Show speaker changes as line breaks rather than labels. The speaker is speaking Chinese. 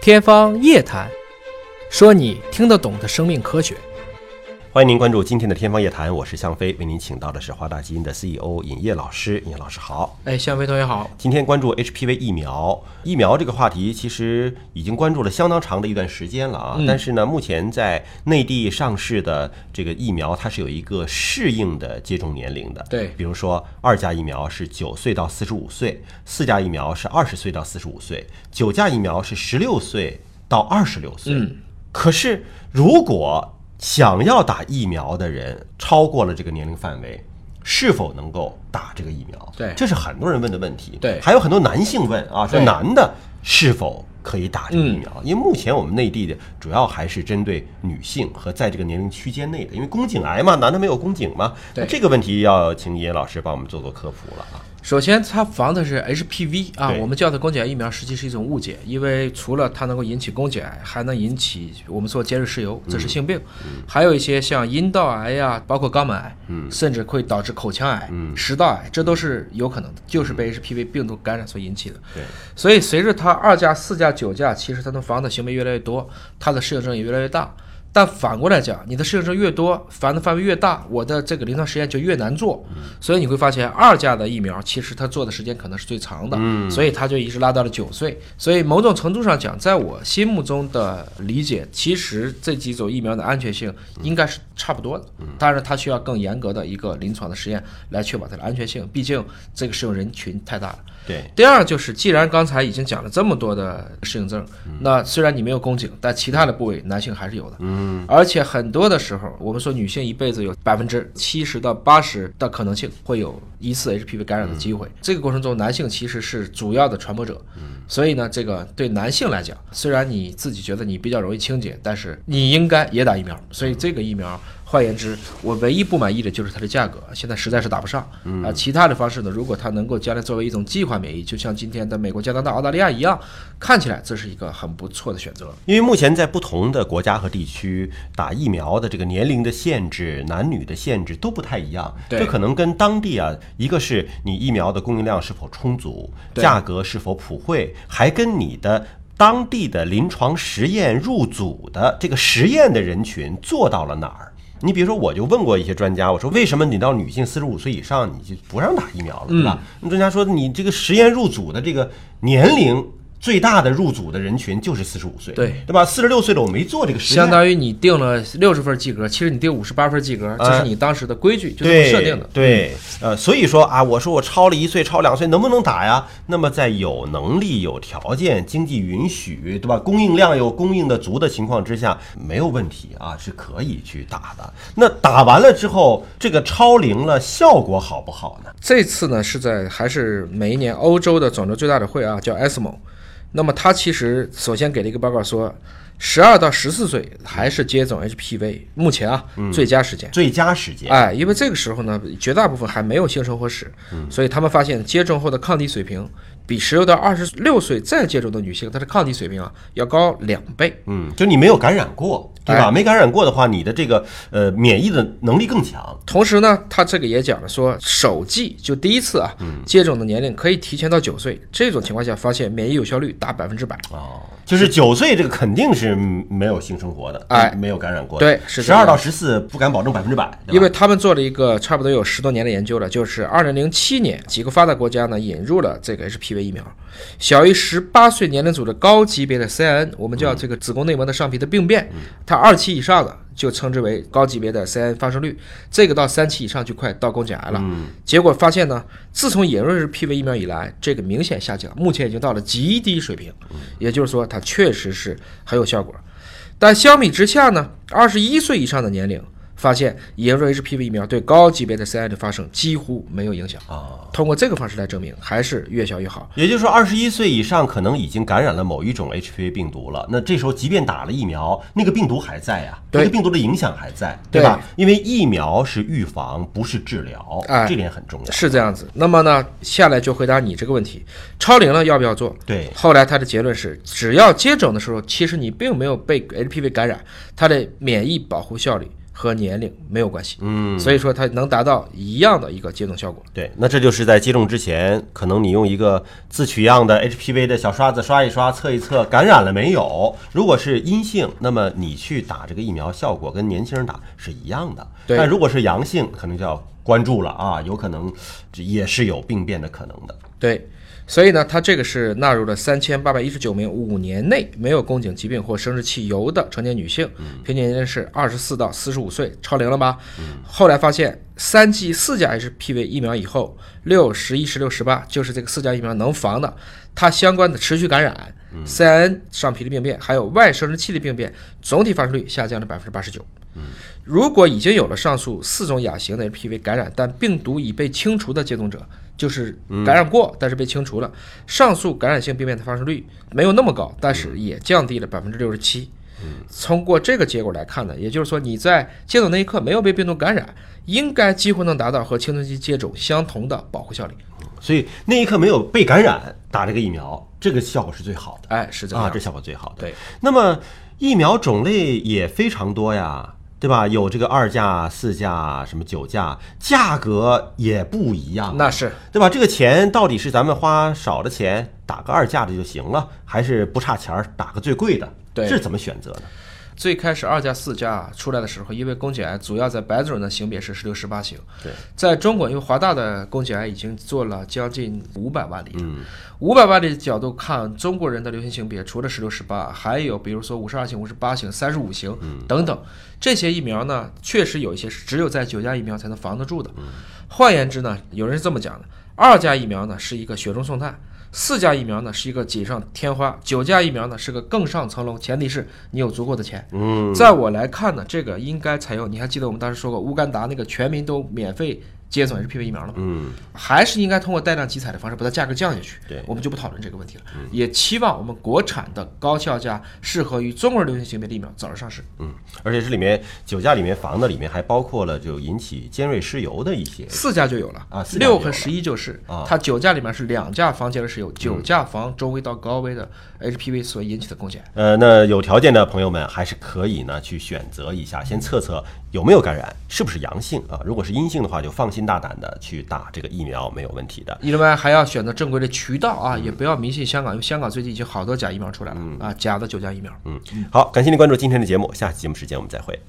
天方夜谭，说你听得懂的生命科学。
欢迎您关注今天的《天方夜谭》，我是向飞，为您请到的是华大基因的 CEO 尹烨老师。尹烨老师好，
哎，向飞同学好。
今天关注 HPV 疫苗，疫苗这个话题其实已经关注了相当长的一段时间了
嗯
啊。但是呢，目前在内地上市的这个疫苗，它是有一个适应的接种年龄的。
对
比如说二价疫苗是九岁到四十五岁，四价疫苗是二十岁到四十五岁，九价疫苗是十六岁到二十六岁。嗯，可是如果想要打疫苗的人超过了这个年龄范围，是否能够打这个疫苗？
对
这是很多人问的问题。
对
还有很多男性问啊，说
对嗯
男的是否可以打这个疫苗？因为目前我们内地的主要还是针对女性和在这个年龄区间内的，因为宫颈癌嘛，男的没有宫颈嘛。
对
那这个问题要请野老师帮我们做做科普了啊。
首先，它防的是 HPV 啊，
对
我们叫它宫颈癌疫苗，实际是一种误解，因为除了它能够引起宫颈癌，还能引起我们说尖锐湿疣，这是性病，还有一些像阴道癌呀、包括肛门癌，甚至会导致口腔癌、食道癌，这都是有可能的，就是被 HPV 病毒感染所引起的。
对，
所以随着它二价、四价、九价，其实它能防的行为越来越多，它的适应症也越来越大。但反过来讲，你的适应症越多，防的范围越大，我的这个临床实验就越难做。所以你会发现，二价的疫苗其实它做的时间可能是最长的，所以它就一直拉到了九岁。所以某种程度上讲，在我心目中的理解，其实这几种疫苗的安全性应该是差不多的。当然，它需要更严格的一个临床的实验来确保它的安全性，毕竟这个适用人群太大了。
对，
第二就是，既然刚才已经讲了这么多的适应症，那虽然你没有宫颈，但其他的部位男性还是有的。嗯，而且很多的时候，我们说女性一辈子有百分之七十到八十的可能性会有疑似 HPV 感染的机会。这个过程中，男性其实是主要的传播者。嗯，所以呢，这个对男性来讲，虽然你自己觉得你比较容易清洁，但是你应该也打疫苗。所以这个疫苗。换言之，我唯一不满意的就是它的价格，现在实在是打不上。啊，其他的方式呢，如果它能够将来作为一种计划免疫，就像今天的美国、加拿大、澳大利亚一样，看起来这是一个很不错的选择。
因为目前在不同的国家和地区打疫苗的这个年龄的限制、男女的限制都不太一样，
对
这可能跟当地啊，一个是你疫苗的供应量是否充足，
对
价格是否普惠，还跟你的。当地的临床实验入组的这个实验的人群做到了哪儿？你比如说，我就问过一些专家，我说为什么你到女性四十五岁以上你就不让打疫苗了，对吧？
嗯
那专家说你这个实验入组的这个年龄最大的入组的人群就是四十五岁，
对
对吧？四十六岁了，我没做这个实验，
相当于你定了六十分及格，其实你定五十八分及格，这是你当时的规矩，就这么
对
设定的。嗯
对，呃，所以说啊，我说我超了一岁，超两岁，能不能打呀？那么在有能力、有条件、经济允许，对吧？供应量有供应的足的情况之下，没有问题啊，是可以去打的。那打完了之后，这个超龄了，效果好不好呢？
这次呢是在还是每一年欧洲的肿瘤最大的会啊，叫 ESMO。那么它其实首先给了一个报告说，十二到十四岁还是接种 HPV 目前啊、最佳时间。
最佳时间。
哎，因为这个时候呢，绝大部分还没有性生活史，所以他们发现接种后的抗体水平比十六到二十六岁再接种的女性，她的抗体水平啊要高两倍。
嗯，就你没有感染过，对
哎
吧？没感染过的话，你的这个呃免疫的能力更强。
同时呢，他这个也讲了说，首剂就第一次啊，接种的年龄可以提前到九岁，这种情况下发现免疫有效率达百分之百。
哦，就是九岁这个肯定是没有性生活的，
哎
没有感染过的。
对是这
十
样
二
的
到十四不敢保证百分之百，对吧
因为他们做了一个差不多有十多年的研究了，就是二零零七年，几个发达国家呢引入了这个 HPV 疫苗，小于十八岁年龄组的高级别的 CIN，我们
嗯
叫这个子宫内膜的上皮的病变，它二期以上的就称之为高级别的 CIN 发生率，这个到三期以上就快到宫颈癌了。
嗯
结果发现呢，自从引入 HPV 疫苗以来，这个明显下降，目前已经到了极低水平，
嗯
也就是说它确实是很有效果。但相比之下呢，二十一岁以上的年龄，发现引入 HPV 疫苗对高级别的 CI 的发生几乎没有影响。
啊。
通过这个方式来证明，还是越小越好。
也就是说，二十一岁以上可能已经感染了某一种 HPV 病毒了。那这时候，即便打了疫苗，那个病毒还在呀、
对
那个病毒的影响还在，
对
吧？因为疫苗是预防，不是治疗，
哎
这点很重要。
是这样子。那么呢，下来就回答你这个问题：超龄了要不要做？
对，
后来他的结论是，只要接种的时候，其实你并没有被 HPV 感染，它的免疫保护效率和年龄没有关系。
嗯，
所以说它能达到一样的一个接种效果。
对，那这就是在接种之前，可能你用一个自取样的 HPV 的小刷子刷一刷，测一测感染了没有。如果是阴性，那么你去打这个疫苗效果跟年轻人打是一样的。
对
但如果是阳性，可能就要关注了啊，有可能这也是有病变的可能的。
对，所以呢，它这个是纳入了三千八百一十九名五年内没有宫颈疾病或生殖器疣的成年女性，平均年龄是二十四到四十五岁，超龄了吧？后来发现三剂四价 HPV 疫苗以后，六、十一、十六、十八，就是这个四价疫苗能防的，它相关的持续感染、CIN 上皮的病变，还有外生殖器的病变，总体发生率下降了百分之八十九。如果已经有了上述四种亚型的 HPV 感染，但病毒已被清除的接种者，就是
嗯
感染过、但是被清除了，上述感染性病变的发生率没有那么高，但是也降低了百分之六十七。
嗯
通过这个结果来看呢，也就是说你在接种那一刻没有被病毒感染，应该几乎能达到和青春期接种相同的保护效力。
所以那一刻没有被感染，打这个疫苗，这个效果是最好的。
哎，是这样。
啊，这效果最好的。
对，
那么疫苗种类也非常多呀，对吧？有这个二价、四价、什么九价，价格也不一样，
那是
对吧？这个钱到底是咱们花少的钱打个二价的就行了，还是不差钱儿打个最贵的？
对
这怎么选择呢？
最开始二价四价出来的时候，因为宫颈癌主要在白种人的型别是十六十八型，
对，
在中国，因为华大的宫颈癌已经做了将近五百万例，五百、万例的角度看，中国人的流行型别除了十六十八，还有比如说五十二型、五十八型、三十五型等等，这些疫苗呢，确实有一些是只有在九价疫苗才能防得住的。换言之呢，有人是这么讲的：二价疫苗呢是一个雪中送炭，四价疫苗呢是一个锦上添花，九价疫苗呢是个更上层楼，前提是你有足够的钱。嗯，在我来看呢，这个应该采用。你还记得我们当时说过乌干达那个全民都免费接种 HPV 疫苗了吗？
嗯，
还是应该通过带量集采的方式把它价格降下去。
对嗯
我们就不讨论这个问题了。也期望我们国产的高效价、适合于中国人流行性别的疫苗早日上市。
嗯，而且这里面九价里面防的里面还包括了就引起尖锐湿疣的一些
四价就有了
啊四价就有
六
了
和十一就是
啊，
它九价里面是两价防结石石油，九价防周围到高危的 HPV 所引起的宫颈癌。
呃，那有条件的朋友们还是可以呢去选择一下，先测测有没有感染，是不是阳性啊？如果是阴性的话，就放心大胆的去打这个疫苗，没有问题的。
另外还要选择正规的渠道啊，也不要迷信香港，因为香港最近已经好多假疫苗出来了啊，假的九价疫苗。
嗯，好，感谢您关注今天的节目，下期节目时间我们再会。